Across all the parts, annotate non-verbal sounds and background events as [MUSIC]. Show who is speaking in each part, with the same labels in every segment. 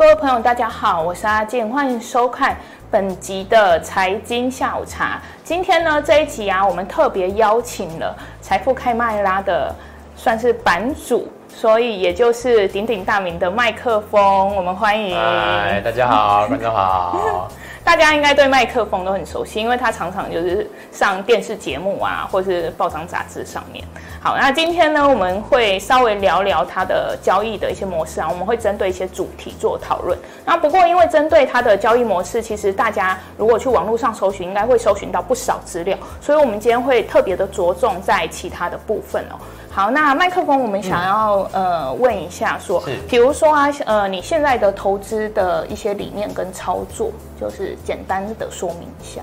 Speaker 1: 位朋友，大家好，我是阿健，欢迎收看本集的财经下午茶。今天呢这一集啊，我们特别邀请了财富开麦拉的算是版主，所以也就是鼎鼎大名的麦克风，我们欢迎。
Speaker 2: 嗨，大家好，观众好。
Speaker 1: 大家应该对麦克风都很熟悉，因为它常常就是上电视节目啊，或是报章杂志上面。好，那今天呢，我们会稍微聊聊它的交易的一些模式啊，我们会针对一些主题做讨论。那不过因为针对它的交易模式，其实大家如果去网络上搜寻，应该会搜寻到不少资料，所以我们今天会特别的着重在其他的部分哦。好，那麦克风，我们想要、呃问一下说，
Speaker 2: 是
Speaker 1: 比如说啊，呃，你现在的投资的一些理念跟操作，就是简单的说明一下。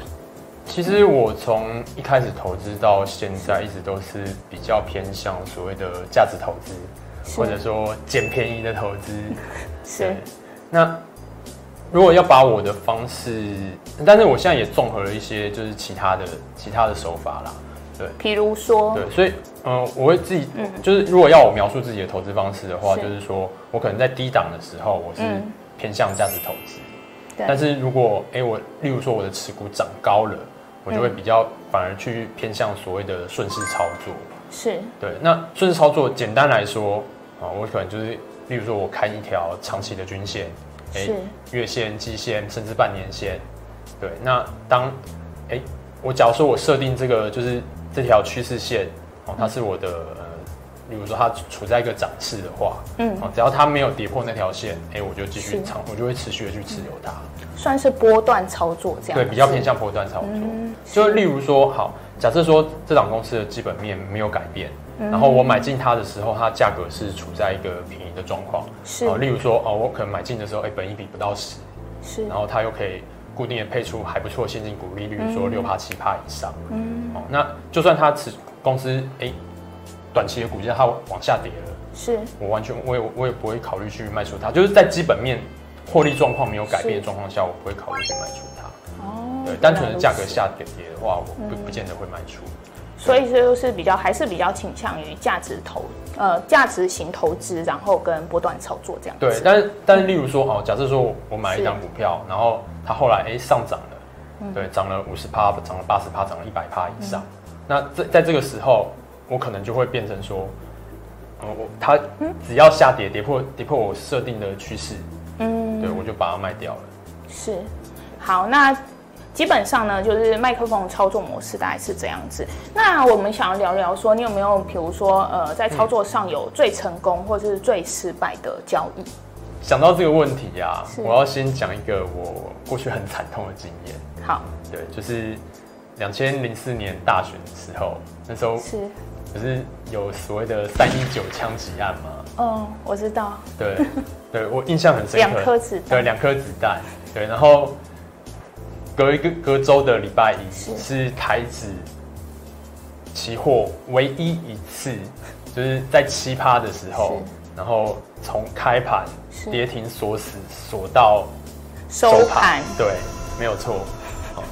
Speaker 2: 其实我从一开始投资到现在，一直都是比较偏向所谓的价值投资，
Speaker 1: 是
Speaker 2: 或者说捡便宜的投资。
Speaker 1: 是
Speaker 2: 对，那如果要把我的方式，但是我现在也综合了一些就是其他的其他的手法啦。
Speaker 1: 比如说，
Speaker 2: 对，所以嗯、呃我会自己
Speaker 1: 哦嗯
Speaker 2: 就是如果要我描述自己的投资方式的话，
Speaker 1: 是
Speaker 2: 就是说我可能在低档的时候，我是
Speaker 1: 嗯
Speaker 2: 偏向价值投资。
Speaker 1: 对
Speaker 2: 但是如果哎、诶我例如说我的持股涨高了，我
Speaker 1: 嗯
Speaker 2: 就会比较反而去偏向所谓的顺势操作。
Speaker 1: 是
Speaker 2: 对，那顺势操作简单来说啊，我可能就是例如说我看一条长期的均线，诶
Speaker 1: 是
Speaker 2: 月线、季线，甚至半年线。对，那当哎、诶我假如说我设定这个就是这条趋势线哦，它是我的呃，例如说它处在一个涨势的话，
Speaker 1: 嗯
Speaker 2: 哦，只要它没有跌破那条线，哎、我就继续
Speaker 1: 是嗯
Speaker 2: 长，我就会持续的去持有它。
Speaker 1: 算是波段操作这样子。
Speaker 2: 对，比较偏向波段操作。
Speaker 1: 嗯
Speaker 2: 就例如说，好，假设说这档公司的基本面没有改变，
Speaker 1: 嗯
Speaker 2: 然后我买进它的时候，它价格是处在一个便宜的状况。
Speaker 1: 是
Speaker 2: 哦，例如说，哦，我可能买进的时候，哎、本一比不到十，
Speaker 1: 是
Speaker 2: 然后它又可以固定的配出还不错的现金股利，例如说六趴七趴以上。
Speaker 1: 嗯
Speaker 2: 哦，那就算它持公司哎、短期的股价它往下跌了，
Speaker 1: 是
Speaker 2: 我完全我也我也不会考虑去卖出它，就是在基本面获利状况没有改变的
Speaker 1: 是
Speaker 2: 状况下，我不会考虑去卖出它。
Speaker 1: 哦
Speaker 2: 对，单纯的价格
Speaker 1: 下。
Speaker 2: 下跌跌的话，我不不见得会卖出。
Speaker 1: 嗯所以这就是比较还是比较倾向于价值投呃价值型投资，然后跟波段操作这样子。
Speaker 2: 对，但是但是，例如说哦，假设说我我买了一
Speaker 1: 是嗯
Speaker 2: 张股票，然后它后来哎上涨了，对，涨了五十趴，涨了八十趴，涨了一百趴以上，那这在这个时候，我可能就会变成说，呃，我它只要下跌跌破跌破我设定的趋势，
Speaker 1: 嗯，
Speaker 2: 对我就把它卖掉了。
Speaker 1: 是，好，那基本上呢，就是麦克风的操作模式大概是这样子。那我们想要聊聊说，你有没有比如说呃，在操作上有最成功或是最失败的交易？
Speaker 2: 想到这个问题呀、
Speaker 1: 是
Speaker 2: 我要先讲一个我过去很惨痛的经验。
Speaker 1: 好，
Speaker 2: 对，就是两千零四年大选的时候，那时候
Speaker 1: 是，
Speaker 2: 不是有所谓的三一九枪击案吗？
Speaker 1: 嗯，我知道，
Speaker 2: 对， [LAUGHS] 对我印象很深刻。
Speaker 1: 两颗子弹
Speaker 2: 对，两颗子弹。对，然后隔一个隔周的礼拜一
Speaker 1: 是
Speaker 2: 是台指期货唯一一次，就是在七趴的时候，然后从开盘
Speaker 1: 是
Speaker 2: 跌停锁死锁到
Speaker 1: 收盘
Speaker 2: 对，没有错。好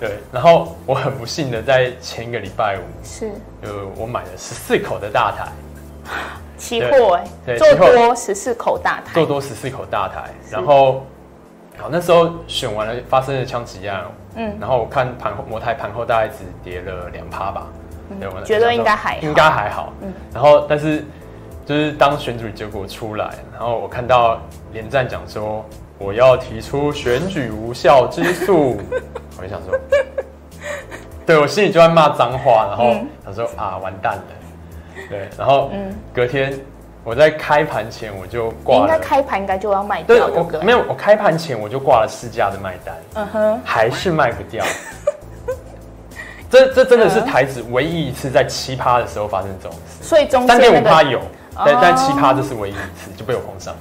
Speaker 2: 对，然后我很不幸的在前一个礼拜五，
Speaker 1: 是
Speaker 2: 呃，我买了十四口的大台，
Speaker 1: 期货哎、
Speaker 2: 对
Speaker 1: 做
Speaker 2: 期货
Speaker 1: 多十四口大欸台
Speaker 2: 做，多十四口大台，然后，好，那时候选完了发生了枪击案，
Speaker 1: 嗯，
Speaker 2: 然后我看盘后摩台盘后大概只跌了两趴吧，对，我
Speaker 1: 嗯觉得应该还好嗯
Speaker 2: 应该还好，然后但是就是当选举结果出来，然后我看到连战讲说我要提出选举无效之
Speaker 1: [LAUGHS]
Speaker 2: 诉，我就想说，对我心里就在骂脏话，
Speaker 1: 嗯
Speaker 2: 然后想说、啊完蛋了，对，然后隔天我在开盘前我就
Speaker 1: 你应
Speaker 2: 挂
Speaker 1: 该
Speaker 2: 了。
Speaker 1: 开盘应该就要卖
Speaker 2: 对，
Speaker 1: 掉，对
Speaker 2: 我
Speaker 1: 不对？
Speaker 2: 没有，我开盘前我就挂了市价的卖单，
Speaker 1: 嗯哼，
Speaker 2: 还是卖不
Speaker 1: [LAUGHS]
Speaker 2: 掉。这这真的
Speaker 1: 嗯
Speaker 2: 是台子唯一一次在七趴的时候发生这种事，
Speaker 1: 所以中
Speaker 2: 三点
Speaker 1: 间那
Speaker 2: 五趴
Speaker 1: 个，
Speaker 2: 有，
Speaker 1: 哦
Speaker 2: 但但七趴这是唯一一次就被我碰上，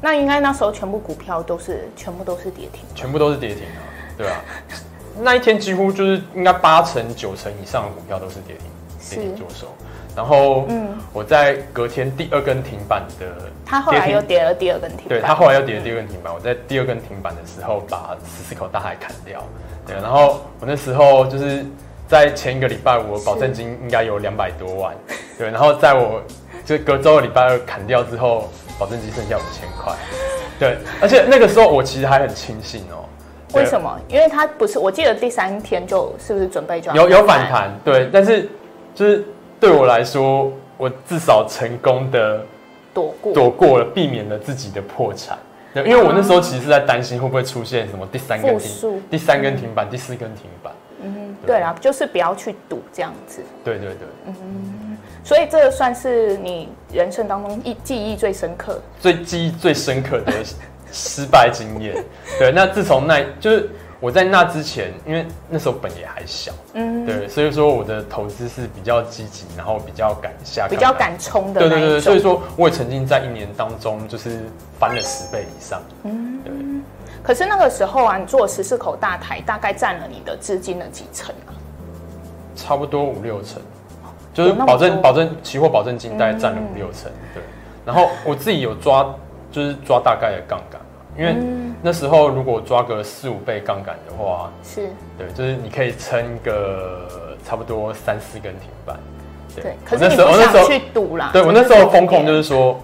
Speaker 1: 那应该那时候全部股票都是全部都是跌停，
Speaker 2: 全部都是跌停啊，对
Speaker 1: [LAUGHS]
Speaker 2: 啊，那一天几乎就是应该八成九成以上的股票都是跌停，跌停
Speaker 1: 是
Speaker 2: 做手。然后，
Speaker 1: 嗯
Speaker 2: 我在隔天第二根停板的，
Speaker 1: 它后来又跌了第二根停板，
Speaker 2: 对他后来又跌了第二根停板，我在第二根停板的时候把十四口大海砍掉。对，然后我那时候就是在前一个礼拜五，我保证金应该有两百多万。对，然后在我就隔周的礼拜二砍掉之后，保证金剩下五千块。对，而且那个时候我其实还很庆幸哦。对
Speaker 1: 为什么？因为他不是，我记得第三天就是不是准备就要
Speaker 2: 有有反弹，对，但是就是对我来说，我至少成功的
Speaker 1: 躲过，
Speaker 2: 躲过了，避免了自己的破产。对，因为我那时候其实是在担心会不会出现什么第三根
Speaker 1: 复苏
Speaker 2: 停、第三根停板、第四根停板。
Speaker 1: 嗯，对啦，就是不要去赌这样子。
Speaker 2: 对对对，
Speaker 1: 嗯所以这个算是你人生当中一记忆最深刻。
Speaker 2: 最记忆最深刻的失败经验。对，那自从那就是我在那之前，因为那时候本也还小，
Speaker 1: 嗯，
Speaker 2: 对，所以说我的投资是比较积极，然后比较敢下，
Speaker 1: 比较敢冲的
Speaker 2: 对
Speaker 1: 那
Speaker 2: 对
Speaker 1: 一种。
Speaker 2: 对对，所以说我也曾经在一年当中就是翻了十倍以上。嗯，对，
Speaker 1: 可是那个时候啊，你做十四口大台，大概占了你的资金的几成啊？
Speaker 2: 差不多五六成，就是
Speaker 1: 哦有那么嗯
Speaker 2: 保证
Speaker 1: 多
Speaker 2: 保证期货保证金大概占了五六成。对，然后我自己有抓，就是抓大概的杠杆嘛，因为
Speaker 1: 嗯
Speaker 2: 那时候如果抓个四五倍杠杆的话，
Speaker 1: 是
Speaker 2: 对，就是你可以撑个差不多三四根停板。
Speaker 1: 对。
Speaker 2: 我
Speaker 1: 可是
Speaker 2: 那
Speaker 1: 你
Speaker 2: 时候
Speaker 1: 不
Speaker 2: 我那时
Speaker 1: 想
Speaker 2: 候
Speaker 1: 去赌啦。
Speaker 2: 对我那时候风控就是是说，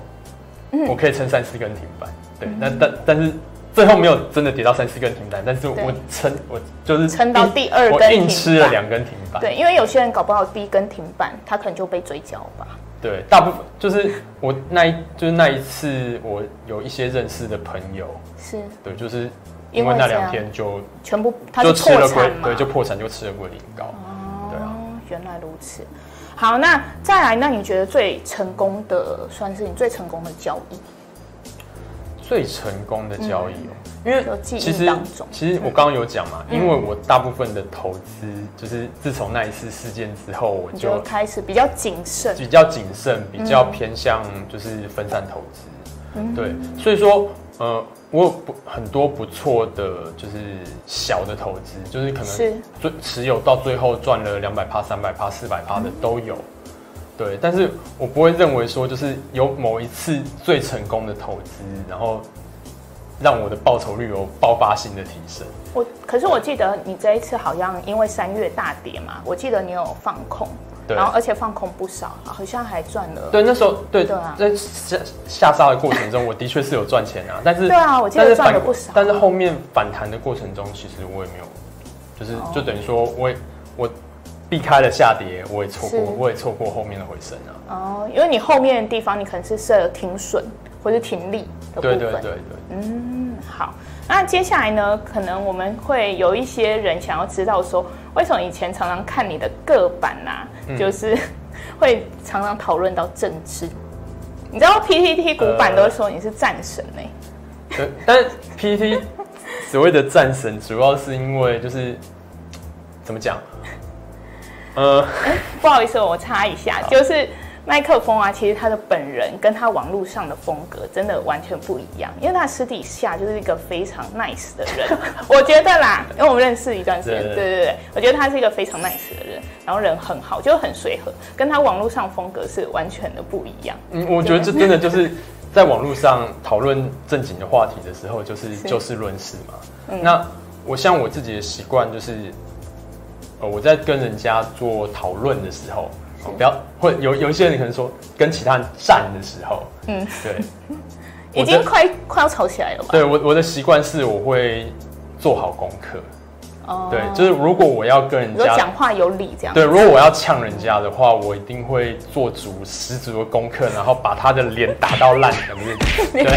Speaker 1: 嗯
Speaker 2: 我可以撑三四根停板，对，那但但是最后没有真的跌到三四根停板，但是
Speaker 1: 对
Speaker 2: 我撑我就是
Speaker 1: 撑到
Speaker 2: 硬
Speaker 1: 第二根
Speaker 2: 我
Speaker 1: 停
Speaker 2: 硬吃了
Speaker 1: 板
Speaker 2: 两根停板，
Speaker 1: 对，因为有些人搞不好第一根停板，他可能就被追缴吧。
Speaker 2: 对，大部分就是我那一就是那一次我有一些认识的朋友，
Speaker 1: 是，
Speaker 2: 对，就是
Speaker 1: 因
Speaker 2: 因
Speaker 1: 为
Speaker 2: 为那
Speaker 1: 这样
Speaker 2: 两天就
Speaker 1: 全部他
Speaker 2: 就
Speaker 1: 就
Speaker 2: 吃
Speaker 1: 破
Speaker 2: 了龟
Speaker 1: 产，嘛。
Speaker 2: 对，就破产就吃了龟苓膏，对啊。
Speaker 1: 哦，原来如此。好，那再来，那你觉得最成功的，算是你最成功的交易？
Speaker 2: 最成功的交易哦、因为
Speaker 1: 就嗯记忆
Speaker 2: 其实
Speaker 1: 当中嗯
Speaker 2: 其实我刚刚有讲嘛，因为我大部分的投资就是自从那一次事件之后，我
Speaker 1: 你就
Speaker 2: 就
Speaker 1: 开始比较谨慎，
Speaker 2: 比较谨慎，比较偏向就是分散投资，
Speaker 1: 嗯
Speaker 2: 对，所以说呃，我有不很多不错的就是小的投资，就是可
Speaker 1: 是
Speaker 2: 能最持有到最后赚了两百趴、三百趴、四百趴的都有。对，但是我不会认为说就是有某一次最成功的投资，然后让我的报酬率有爆发性的提升。
Speaker 1: 我可是我记得你这一次好像因为三月大跌嘛，我记得你有放空，
Speaker 2: 对
Speaker 1: 然后而且放空不少，好像还赚了。
Speaker 2: 对，那时候对
Speaker 1: 对啊
Speaker 2: 在下下杀的过程中，我的确是有赚钱啊，但是
Speaker 1: 对啊我记得
Speaker 2: 但是
Speaker 1: 赚了
Speaker 2: 反
Speaker 1: 不少
Speaker 2: 但是后面反弹的过程中，其实我也没有，就是、
Speaker 1: 哦
Speaker 2: 就等于说我也我避开了下跌，我也错过
Speaker 1: 是
Speaker 2: 我也错过后面的回升啊。
Speaker 1: 哦，因为你后面的地方你可能是设停损或是停利的部
Speaker 2: 对
Speaker 1: 分。
Speaker 2: 对对对，
Speaker 1: 嗯，好。那接下来呢，可能我们会有一些人想要知道说，为什么以前常常看你的个版啊，就是 [LAUGHS] 会常常讨论到政治。你知道 PTT 古版都说你是战神哎、
Speaker 2: 对，但是
Speaker 1: [LAUGHS]
Speaker 2: PPT 所谓的战神，主要是因为就是怎么讲，呃，
Speaker 1: 不好意思，我插一下，就是麦克风啊，其实他的本人跟他网络上的风格真的完全不一样，因为他私底下就是一个非常 nice 的
Speaker 2: [LAUGHS]
Speaker 1: 人，我觉得啦，因为我们认识一段时间，对
Speaker 2: 对对
Speaker 1: 对对，我觉得他是一个非常 nice 的人，然后人很好，就很随和，跟他网络上风格是完全的不一样。
Speaker 2: 嗯，我觉得这真的就是在网络上讨论正经的话题的时候，就是嗯就事论事嘛。那我像我自己的习惯就是，呃，我在跟人家做讨论的时候，哦不要或有有一些人可能说跟其他人战的时候，
Speaker 1: 嗯
Speaker 2: 嗯，对，
Speaker 1: 已
Speaker 2: 我
Speaker 1: 经
Speaker 2: 的
Speaker 1: 快快要吵起来了吧？
Speaker 2: 对我我的习惯是我会做好功课，
Speaker 1: 哦
Speaker 2: 对，就是如果我要跟人
Speaker 1: 你说
Speaker 2: 家
Speaker 1: 讲话有理这样。
Speaker 2: 对，如果我要呛人家的话，我一定会做足十足的功课，然后把他的脸打到烂，对不对？对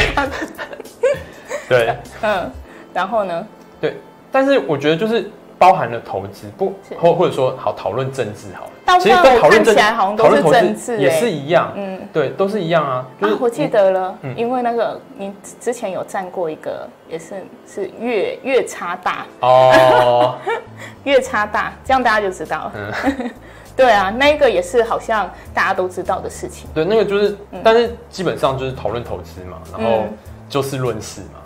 Speaker 2: 对
Speaker 1: [LAUGHS] 嗯，然后呢？
Speaker 2: 对，但是我觉得就是包含了投资，不
Speaker 1: 是
Speaker 2: 或或者说好讨论政治好
Speaker 1: 大
Speaker 2: 了，
Speaker 1: 部分
Speaker 2: 跟
Speaker 1: 我看起来好像都
Speaker 2: 讨论
Speaker 1: 是
Speaker 2: 投
Speaker 1: 政
Speaker 2: 资
Speaker 1: 治
Speaker 2: 也
Speaker 1: 欸
Speaker 2: 是一样，
Speaker 1: 嗯
Speaker 2: 嗯，对，都是一样啊。就是
Speaker 1: 啊，我记
Speaker 2: 你
Speaker 1: 得了，
Speaker 2: 嗯
Speaker 1: 因为那个你之前有站过一个，也是是月月差大，
Speaker 2: 哦， [LAUGHS]
Speaker 1: 月差大，这样大家就知道了。
Speaker 2: 嗯，
Speaker 1: [LAUGHS] 对啊，那一个也是好像大家都知道的事情。
Speaker 2: 对，那个就是，但是基本上就是讨论投资嘛，然后
Speaker 1: 嗯
Speaker 2: 就事论事嘛。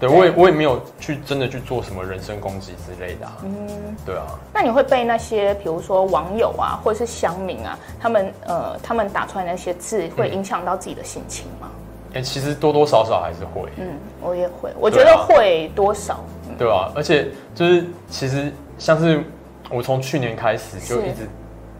Speaker 2: 对，
Speaker 1: 对
Speaker 2: 我也我也没有去真的去做什么人身攻击之类的、啊，嗯，对啊，
Speaker 1: 那你会被那些比如说网友啊，或者是乡民啊，他们呃，他们打出来那些字，
Speaker 2: 嗯
Speaker 1: 会影响到自己的心情吗？
Speaker 2: 哎、其实多多少少还是会，
Speaker 1: 嗯，我也会，我觉
Speaker 2: 对啊
Speaker 1: 得会多少。
Speaker 2: 对吧、而且就是其实像是我从去年开始就是一直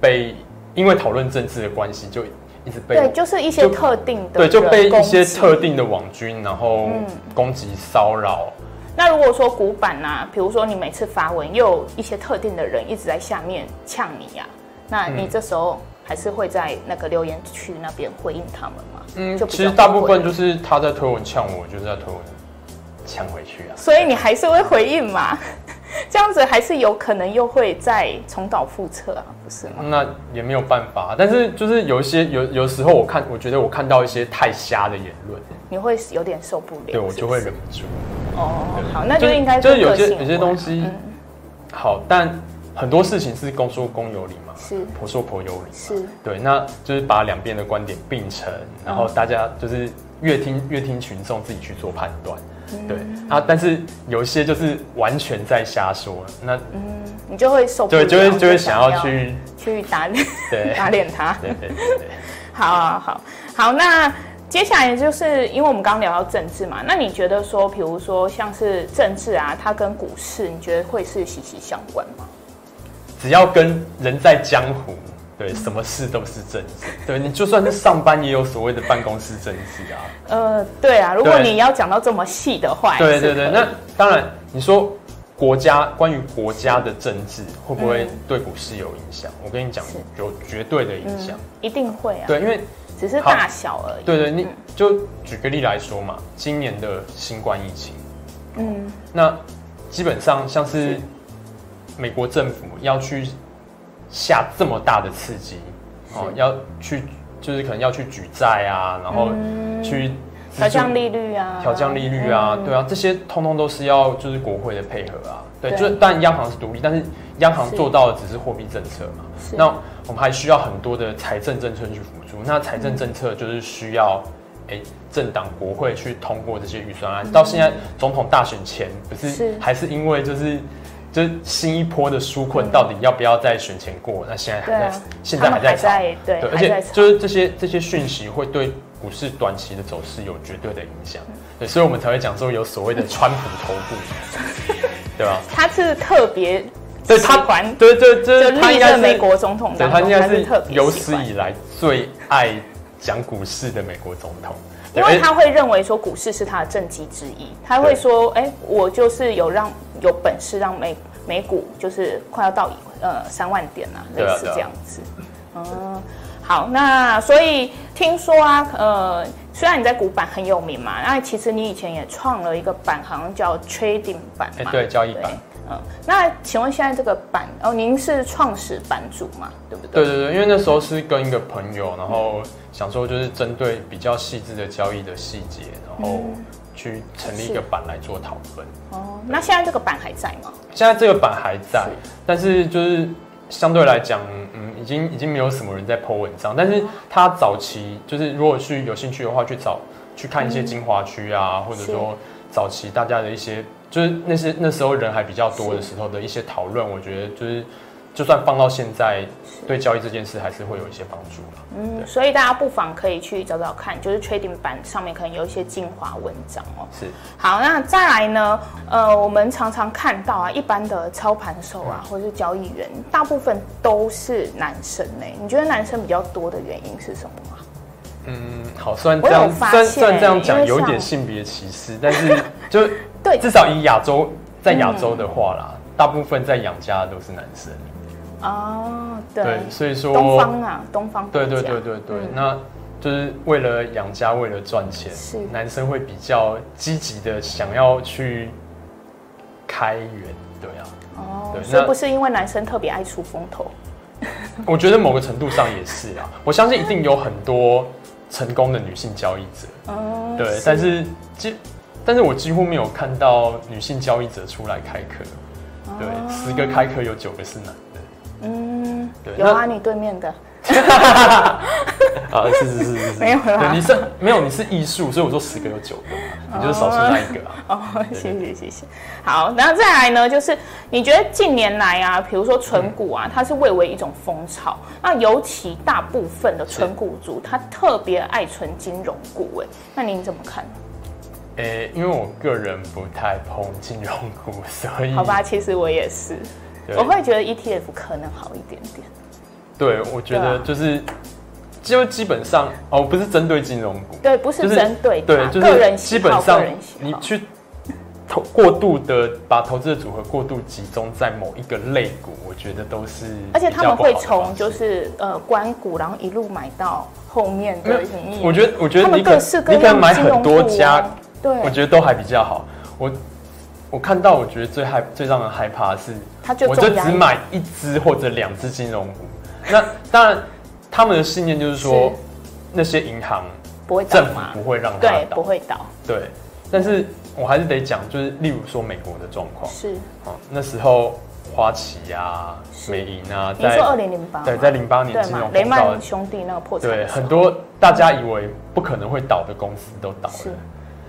Speaker 2: 被因为讨论政治的关系，就一直被
Speaker 1: 对，就是一些
Speaker 2: 就
Speaker 1: 特定的
Speaker 2: 对就被
Speaker 1: 人攻
Speaker 2: 一些
Speaker 1: 击
Speaker 2: 特定的网军然后攻击骚扰，
Speaker 1: 那如果说古板呐、比如说你每次发文，又有一些特定的人一直在下面呛你呀、那你
Speaker 2: 嗯
Speaker 1: 这时候还是会在那个留言区那边回应他们吗？
Speaker 2: 嗯
Speaker 1: 就，比
Speaker 2: 其
Speaker 1: 较
Speaker 2: 实大
Speaker 1: 不
Speaker 2: 部
Speaker 1: 会
Speaker 2: 分就是他在推文呛我，我就是在推文呛回去啊。
Speaker 1: 所以你还是会回应嘛？ [LAUGHS] 这样子还是有可能又会再重蹈覆辙啊，不是吗？
Speaker 2: 那也没有办法，但是就是有一些有有时候我看，我觉得我看到一些太瞎的言论，
Speaker 1: 你会有点受不了，
Speaker 2: 对我
Speaker 1: 是
Speaker 2: 就
Speaker 1: 不
Speaker 2: 会
Speaker 1: 是
Speaker 2: 忍不住。
Speaker 1: 哦
Speaker 2: 对，
Speaker 1: 好，那就应该
Speaker 2: 就是
Speaker 1: 跟
Speaker 2: 有
Speaker 1: 个
Speaker 2: 些
Speaker 1: 性嗯
Speaker 2: 有些
Speaker 1: 有
Speaker 2: 东
Speaker 1: 关
Speaker 2: 西好，但很多事情是公说公有理嘛，
Speaker 1: 是
Speaker 2: 婆说婆有理。
Speaker 1: 是
Speaker 2: 对，那就是把两边的观点并成，然
Speaker 1: 嗯
Speaker 2: 后大家就是越听越听群众自己去做判断。对
Speaker 1: 嗯
Speaker 2: 啊，但是有一些就是完全在瞎说，那
Speaker 1: 你就会嗯受不了，
Speaker 2: 对就会就会想要
Speaker 1: 要
Speaker 2: 去
Speaker 1: 去打脸， [LAUGHS]
Speaker 2: 对
Speaker 1: 打脸他。
Speaker 2: 对对对对。
Speaker 1: 好好好好，那接下来就是因为我们刚刚聊到政治嘛，那你觉得说，比如说像是政治啊，它跟股市，你觉得会是息息相关吗？
Speaker 2: 只要跟人在江湖，对，什么事都是政治。对你就算是上班，也有所谓的办公室政治啊。
Speaker 1: 呃，对啊，如果
Speaker 2: 对
Speaker 1: 你要讲到这么细的话，也
Speaker 2: 对
Speaker 1: 是
Speaker 2: 对对，
Speaker 1: 可以
Speaker 2: 那当然，你说国家关于国家的政治会不会
Speaker 1: 嗯
Speaker 2: 对股市有影响？我跟你讲
Speaker 1: 是，
Speaker 2: 有绝对的影响
Speaker 1: 嗯。一定会啊，
Speaker 2: 对，因为
Speaker 1: 只是大小而已。
Speaker 2: 对对，你
Speaker 1: 嗯
Speaker 2: 就举个例来说嘛，今年的新冠疫情，
Speaker 1: 嗯，
Speaker 2: 那基本上像是
Speaker 1: 是
Speaker 2: 美国政府要去下这么大的刺激，哦，
Speaker 1: 是
Speaker 2: 要去就是可能要去举债啊，然后
Speaker 1: 嗯
Speaker 2: 去资助
Speaker 1: 调降利率啊，
Speaker 2: 调降利率啊，
Speaker 1: 嗯
Speaker 2: 对啊，这些通通都是要就是国会的配合啊，对，
Speaker 1: 对
Speaker 2: 就是当然央行是独立，但是央行
Speaker 1: 是
Speaker 2: 做到的只是货币政策嘛，
Speaker 1: 是
Speaker 2: 那我们还需要很多的财政政策去辅助，那财政政策就是需要。诶政党国会去通过这些预算案，到现在总统大选前，不是
Speaker 1: 嗯是
Speaker 2: 还是因为就是就是新一波的纾困到底要不要在选前过？那现在
Speaker 1: 嗯对
Speaker 2: 还
Speaker 1: 啊
Speaker 2: 在，现
Speaker 1: 他
Speaker 2: 在
Speaker 1: 们
Speaker 2: 还
Speaker 1: 还
Speaker 2: 在吵，
Speaker 1: 在对，
Speaker 2: 对，而
Speaker 1: 还在
Speaker 2: 且
Speaker 1: 吵。
Speaker 2: 就是这些这些讯息会对股市短期的走势有绝对的影响，
Speaker 1: 嗯
Speaker 2: 对，所以我们才会讲说有所谓的川普头部，
Speaker 1: [LAUGHS]
Speaker 2: 对吧？
Speaker 1: 他是特别
Speaker 2: 对
Speaker 1: 喜
Speaker 2: 他
Speaker 1: 欢，
Speaker 2: 对对
Speaker 1: 就
Speaker 2: 对，他
Speaker 1: 历
Speaker 2: 应该
Speaker 1: 任
Speaker 2: 是
Speaker 1: 美，国总统
Speaker 2: 对
Speaker 1: 当
Speaker 2: 他应
Speaker 1: 中，
Speaker 2: 该
Speaker 1: 是
Speaker 2: 是
Speaker 1: 特别
Speaker 2: 有
Speaker 1: 喜
Speaker 2: 史
Speaker 1: 欢
Speaker 2: 以来最爱讲股市的美国总统，对哎
Speaker 1: 因为
Speaker 2: 而
Speaker 1: 他会认为说股市是他的政绩之一，他会说，哎、我就是有让有本事让美美股就是快要到呃三万点啊，类
Speaker 2: 对啊啊
Speaker 1: 似
Speaker 2: 对啊
Speaker 1: 这样子。嗯，好，那所以听说啊，呃，虽然你在股板很有名嘛，那其实你以前也创了一个板行叫 Trading 板
Speaker 2: 哎
Speaker 1: 嘛，
Speaker 2: 对交易板
Speaker 1: 对。嗯，那请问现在这个板哦，您是创始版主嘛，对不对？
Speaker 2: 对对对，因为那时候是跟一个朋友，然后想说就是针对比较细致的交易的细节，然后
Speaker 1: 嗯
Speaker 2: 去成立一个版来做讨论。
Speaker 1: 哦，那现在这个板还在吗？
Speaker 2: 现在这个版还在
Speaker 1: 是，
Speaker 2: 但是就是相对来讲，嗯，已经已经没有什么人在 Po 文章。但
Speaker 1: 嗯
Speaker 2: 是它早期就是如果去有兴趣的话，去找去看一些精华区
Speaker 1: 嗯
Speaker 2: 啊，或者说早期大家的一些，就是那些那时候人还比较多的时候的一些讨论，我觉得就是就算放到现在，对交易这件事还是会有一些帮助啦
Speaker 1: 嗯，
Speaker 2: 对
Speaker 1: 所以大家不妨可以去找找看，就是 Trading 版上面可能有一些精华文章哦。
Speaker 2: 是
Speaker 1: 好，那再来呢？呃，我们常常看到啊，一般的操盘手啊，
Speaker 2: 嗯
Speaker 1: 或是交易员，大部分都是男生呢、你觉得男生比较多的原因是什么啊？
Speaker 2: 嗯，好，虽然
Speaker 1: 我
Speaker 2: 这
Speaker 1: 有
Speaker 2: 样，
Speaker 1: 发
Speaker 2: 虽然虽然
Speaker 1: 现
Speaker 2: 这样
Speaker 1: 因
Speaker 2: 讲
Speaker 1: 为
Speaker 2: 有一点
Speaker 1: 像
Speaker 2: 性别歧视，但是就
Speaker 1: 对
Speaker 2: 至少以亚洲，在亚洲的话啦，
Speaker 1: 嗯
Speaker 2: 大部分在养家的都是男生，
Speaker 1: 哦，对，
Speaker 2: 对，所以说，
Speaker 1: 东方啊，东方国
Speaker 2: 对
Speaker 1: 家
Speaker 2: 对对对对，
Speaker 1: 嗯
Speaker 2: 那就是为了养家，为了赚钱
Speaker 1: 是，
Speaker 2: 男生会比较积极的想要去开源，对啊，
Speaker 1: 哦，
Speaker 2: 对
Speaker 1: 所以
Speaker 2: 那
Speaker 1: 不是因为男生特别爱出风头，
Speaker 2: 我觉得某个程度上也是
Speaker 1: [LAUGHS]
Speaker 2: 啊，我相信一定有很多成功的女性交易者，
Speaker 1: 嗯，
Speaker 2: 对，但是几，但是我几乎没有看到女性交易者出来开课，对，
Speaker 1: 哦
Speaker 2: 十个开课有九个是男的，
Speaker 1: 嗯，
Speaker 2: 对
Speaker 1: 有啊，
Speaker 2: 那
Speaker 1: 你对面的
Speaker 2: 啊，是是是是是，
Speaker 1: 没有啦
Speaker 2: 对，你是没有，你是艺术，所以我说十个有九个嘛，你就是少数那一个啊。
Speaker 1: 哦，
Speaker 2: 对
Speaker 1: 谢谢谢谢。好，然后再来呢，就是你觉得近年来啊，比如说
Speaker 2: 嗯
Speaker 1: 纯股啊，它是蔚为一种风潮，那尤其大部分的纯股族，他特别爱存金融股、哎，那您怎么看？
Speaker 2: 诶、因为我个人不太碰金融股，所以
Speaker 1: 好吧，其实我也是，
Speaker 2: 嗯对
Speaker 1: E 我会觉得 ETF 可能好一点点。
Speaker 2: 对，我觉
Speaker 1: 对
Speaker 2: 得
Speaker 1: 啊
Speaker 2: 就是就基本上哦，不是针对金融股，
Speaker 1: 对，不是
Speaker 2: 就是
Speaker 1: 针对
Speaker 2: 对，
Speaker 1: 他
Speaker 2: 就
Speaker 1: 个人
Speaker 2: 是
Speaker 1: 喜好
Speaker 2: 基本上
Speaker 1: 个人喜好
Speaker 2: 你去投过度的把投资的组合过度集中在某一个类股，我觉得都是
Speaker 1: 而且
Speaker 2: 比
Speaker 1: 他
Speaker 2: 较
Speaker 1: 们
Speaker 2: 不好
Speaker 1: 会
Speaker 2: 的
Speaker 1: 从
Speaker 2: 方式
Speaker 1: 就是呃关谷，然后一路买到后面
Speaker 2: 没有
Speaker 1: 的盈利。
Speaker 2: 我觉得我觉
Speaker 1: 他
Speaker 2: 得
Speaker 1: 们
Speaker 2: 你可
Speaker 1: 各式各样
Speaker 2: 你可
Speaker 1: 的
Speaker 2: 能买
Speaker 1: 金融
Speaker 2: 很多
Speaker 1: 股啊
Speaker 2: 家，
Speaker 1: 对，
Speaker 2: 我觉得都还比较好。我我看到我觉得最害最让人害怕的是，
Speaker 1: 他就
Speaker 2: 我
Speaker 1: 重
Speaker 2: 就
Speaker 1: 压
Speaker 2: 只
Speaker 1: 力
Speaker 2: 买一只或者两只金融
Speaker 1: [LAUGHS]
Speaker 2: 股。那当然，他们的信念就是说
Speaker 1: 是
Speaker 2: 那些银行
Speaker 1: 不会倒
Speaker 2: 政府
Speaker 1: 嘛，
Speaker 2: 不会让它
Speaker 1: 对，
Speaker 2: 倒
Speaker 1: 不，会倒，
Speaker 2: 对。但是我还是得讲，就是例如说美国的状况，
Speaker 1: 是。
Speaker 2: 哦，那时候花旗啊、
Speaker 1: 是
Speaker 2: 美银啊，
Speaker 1: 你
Speaker 2: 在
Speaker 1: 说二零零八，
Speaker 2: 对在零八年
Speaker 1: 对
Speaker 2: 金
Speaker 1: 嘛
Speaker 2: 融，
Speaker 1: 雷
Speaker 2: 风暴
Speaker 1: 曼，兄弟那个破产
Speaker 2: 对
Speaker 1: 的时候，
Speaker 2: 很多大家以为不可能会倒的公司都倒
Speaker 1: 是
Speaker 2: 了，，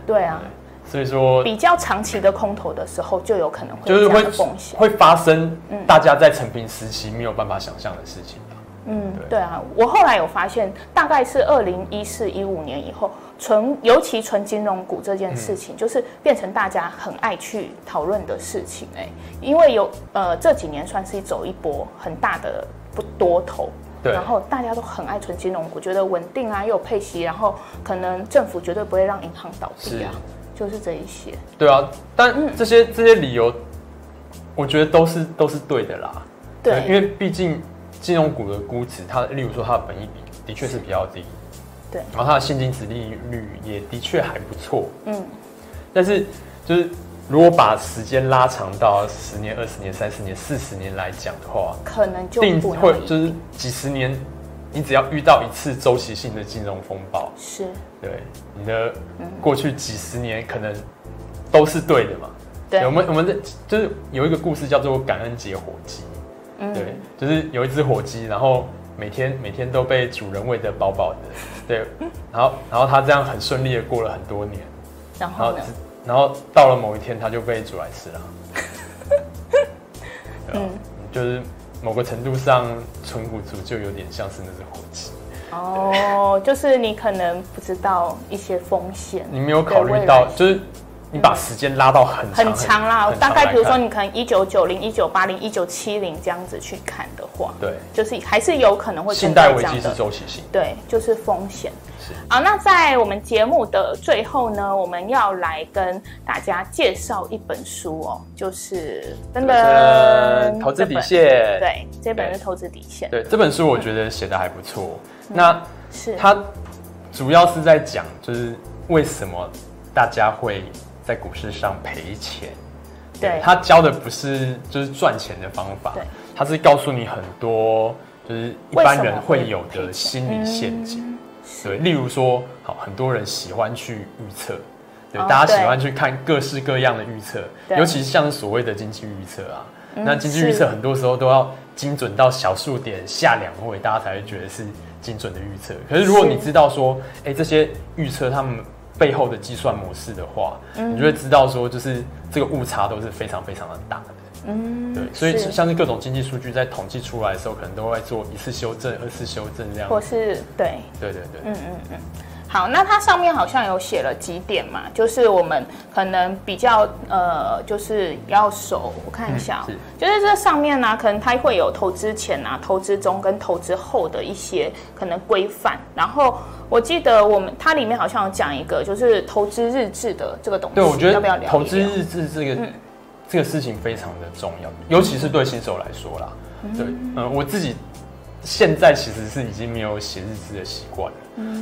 Speaker 1: 对啊，
Speaker 2: 对所以说
Speaker 1: 比较长期的空头的时候，就有可能会
Speaker 2: 就
Speaker 1: 有
Speaker 2: 是
Speaker 1: 这样
Speaker 2: 会
Speaker 1: 的风险。
Speaker 2: 会发生大家在成平时期没有办法想象的事情啊、
Speaker 1: 嗯，
Speaker 2: 对
Speaker 1: 对啊，我后来有发现，大概是二零一四一五年以后，纯尤其纯金融股这件事
Speaker 2: 嗯
Speaker 1: 情，就是变成大家很爱去讨论的事情哎、因为有呃这几年算是走一波很大的不多头。
Speaker 2: 对
Speaker 1: 然后大家都很爱存金融股，觉得稳定啊，又有配息，然后可能政府绝对不会让银行倒闭啊，就是这一些。
Speaker 2: 对啊，
Speaker 1: 嗯
Speaker 2: 但这些、这些理由，我觉得都是都是对的啦。
Speaker 1: 对，
Speaker 2: 因为毕竟金融股的估值，它例如说它的本益比的确是比较低，
Speaker 1: 对
Speaker 2: 然后它的现金值利率也的确还不错，
Speaker 1: 嗯，
Speaker 2: 但是就是如果把时间拉长到十年、二十年、三十年、四十年来讲的话，
Speaker 1: 可能就
Speaker 2: 定
Speaker 1: 不那
Speaker 2: 会
Speaker 1: 么一
Speaker 2: 就是几十年，你只要遇到一次周期性的金融风暴，
Speaker 1: 是
Speaker 2: 对你的过去几十年可能都是对的嘛。
Speaker 1: 对
Speaker 2: 我，们我们的就是有一个故事叫做感恩节火鸡，
Speaker 1: 嗯
Speaker 2: 对，就是有一只火鸡，然后每天每天都被主人喂得饱饱的，对，然后然后它这样很顺利的过了很多年，
Speaker 1: 然
Speaker 2: 然
Speaker 1: 后
Speaker 2: 后
Speaker 1: 呢
Speaker 2: 只？然后到了某一天，它就被煮来
Speaker 1: [LAUGHS]
Speaker 2: 吃了。对
Speaker 1: 嗯
Speaker 2: 啊，就是某个程度上，纯股族就有点像是那只火鸡，
Speaker 1: 哦，就是你可能不知道一些风险，
Speaker 2: 你没有考虑
Speaker 1: 对未
Speaker 2: 到，
Speaker 1: 来
Speaker 2: 就是你把时间拉到很长
Speaker 1: 很长啦，
Speaker 2: 很
Speaker 1: 大概
Speaker 2: 来
Speaker 1: 比如说
Speaker 2: 看
Speaker 1: 你可能一九九零、一九八零、一九七零这样子去看的话，
Speaker 2: 对
Speaker 1: 就是还是有可能会存
Speaker 2: 信贷
Speaker 1: 在
Speaker 2: 危
Speaker 1: 这
Speaker 2: 机
Speaker 1: 样
Speaker 2: 是
Speaker 1: 的。
Speaker 2: 周期性，
Speaker 1: 对，就是风险。
Speaker 2: 是
Speaker 1: 好，那在我们节目的最后呢，我们要来跟大家介绍一本书哦，就是真的
Speaker 2: 投资底，线，
Speaker 1: 这本对，这本
Speaker 2: 对
Speaker 1: 是投资底线，
Speaker 2: 对，这本书我觉得写的还不错。
Speaker 1: 嗯
Speaker 2: 那
Speaker 1: 是
Speaker 2: 它主要是在讲，就是为什么大家会在股市上赔钱。
Speaker 1: 对
Speaker 2: 他教的不是就是赚钱的方法
Speaker 1: 对，
Speaker 2: 他是告诉你很多就是一
Speaker 1: 为什
Speaker 2: 般
Speaker 1: 么
Speaker 2: 人会有
Speaker 1: 会赔
Speaker 2: 的
Speaker 1: 钱
Speaker 2: 心理陷
Speaker 1: 嗯
Speaker 2: 阱。对，例如说，好，很多人喜欢去预测，对，
Speaker 1: 哦
Speaker 2: 大家
Speaker 1: 对
Speaker 2: 喜欢去看各式各样的预测，
Speaker 1: 对嗯
Speaker 2: 尤其是像所谓的经济预测啊。那经济
Speaker 1: 是
Speaker 2: 预测很多时候都要精准到小数点下两位，大家才会觉得是精准的预测。可是如果
Speaker 1: 是
Speaker 2: 你知道说，哎、这些预测他们背后的计算模式的话，
Speaker 1: 嗯
Speaker 2: 你就会知道说，就是这个误差都是非常非常的大的。
Speaker 1: 嗯
Speaker 2: 对，所以
Speaker 1: 是
Speaker 2: 像是各种经济数据在统计出来的时候，可能都会做一次修正、二次修正这样。
Speaker 1: 或是对，
Speaker 2: 对对对，
Speaker 1: 好，那它上面好像有写了几点嘛，就是我们可能比较呃，就是要熟，我看一下哦、
Speaker 2: 嗯
Speaker 1: 就是这上面呢、可能它会有投资前啊、投资中跟投资后的一些可能规范。然后我记得我们它里面好像有讲一个，就是投资日志的这个东西，
Speaker 2: 对，我觉
Speaker 1: 要不要
Speaker 2: 得
Speaker 1: 聊一聊嗯
Speaker 2: 投资日志这个、这个事情非常的重要，尤其是对新手来说啦。对，嗯、我自己现在其实是已经没有写日志的习惯了，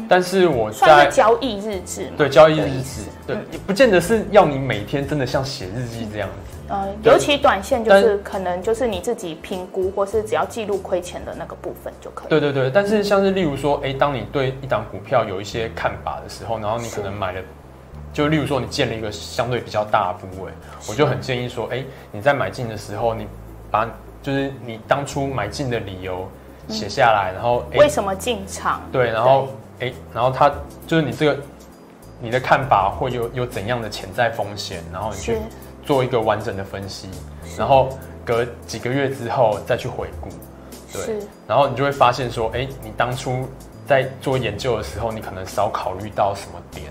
Speaker 2: 但是我
Speaker 1: 嗯算
Speaker 2: 在
Speaker 1: 是交易日志嘛？
Speaker 2: 对交易
Speaker 1: 的
Speaker 2: 日
Speaker 1: 意
Speaker 2: 志
Speaker 1: 思，嗯
Speaker 2: 对，也不见得是要你每天真的像写日记这样子。
Speaker 1: 呃，
Speaker 2: 对
Speaker 1: 尤其短线就
Speaker 2: 但
Speaker 1: 是可能就是你自己评估，或是只要记录亏钱的那个部分就可以。
Speaker 2: 对对对，但是像是例如说，哎，当你对一档股票有一些看法的时候，然后你
Speaker 1: 是
Speaker 2: 可能买了。就例如说，你建立一个相对比较大的部位，我就很建议说，哎、你在买进的时候，你把就是你当初买进的理由写下来，然后哎、
Speaker 1: 为什么进场？
Speaker 2: 对，然后哎、然后它就是你这个你的看法会有有怎样的潜在风险，然后你去
Speaker 1: 是
Speaker 2: 做一个完整的分析，然后隔几个月之后再去回顾，对
Speaker 1: 是，
Speaker 2: 然后你就会发现说，哎、你当初在做研究的时候，你可能少考虑到什么点，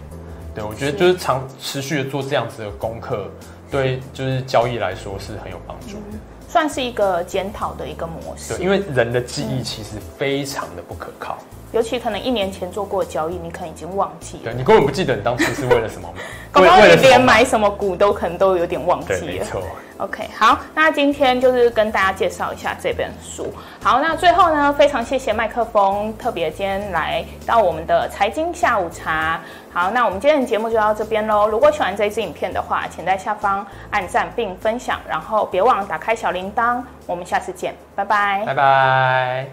Speaker 2: 对我觉得
Speaker 1: 是
Speaker 2: 就是
Speaker 1: 嗯
Speaker 2: 长持续的做这样子的功课，对，就是交易来说是很有帮助的。
Speaker 1: 算是一个检讨的一个模式
Speaker 2: 对，。因为人的记
Speaker 1: 嗯
Speaker 2: 忆其实非常的不可靠，
Speaker 1: 尤其可能一年前做过的交易，你可能已经忘记了
Speaker 2: 对，你根本不记得你当初是为了什么买，
Speaker 1: [LAUGHS] 搞不
Speaker 2: 为
Speaker 1: 好
Speaker 2: 为
Speaker 1: 你
Speaker 2: 了什
Speaker 1: 连
Speaker 2: 么买
Speaker 1: 买什么股都可能都有点忘
Speaker 2: 对，
Speaker 1: 记
Speaker 2: 没
Speaker 1: 了。
Speaker 2: 错，
Speaker 1: OK，好，那今天就是跟大家介绍一下这本书。好，那最后呢，非常谢谢麦克风特别今天来到我们的财经下午茶。好，那我们今天的节目就到这边喽。如果喜欢这一支影片的话，请在下方按赞并分享，然后别忘了打开小铃铛。我们下次见，拜拜
Speaker 2: 拜拜。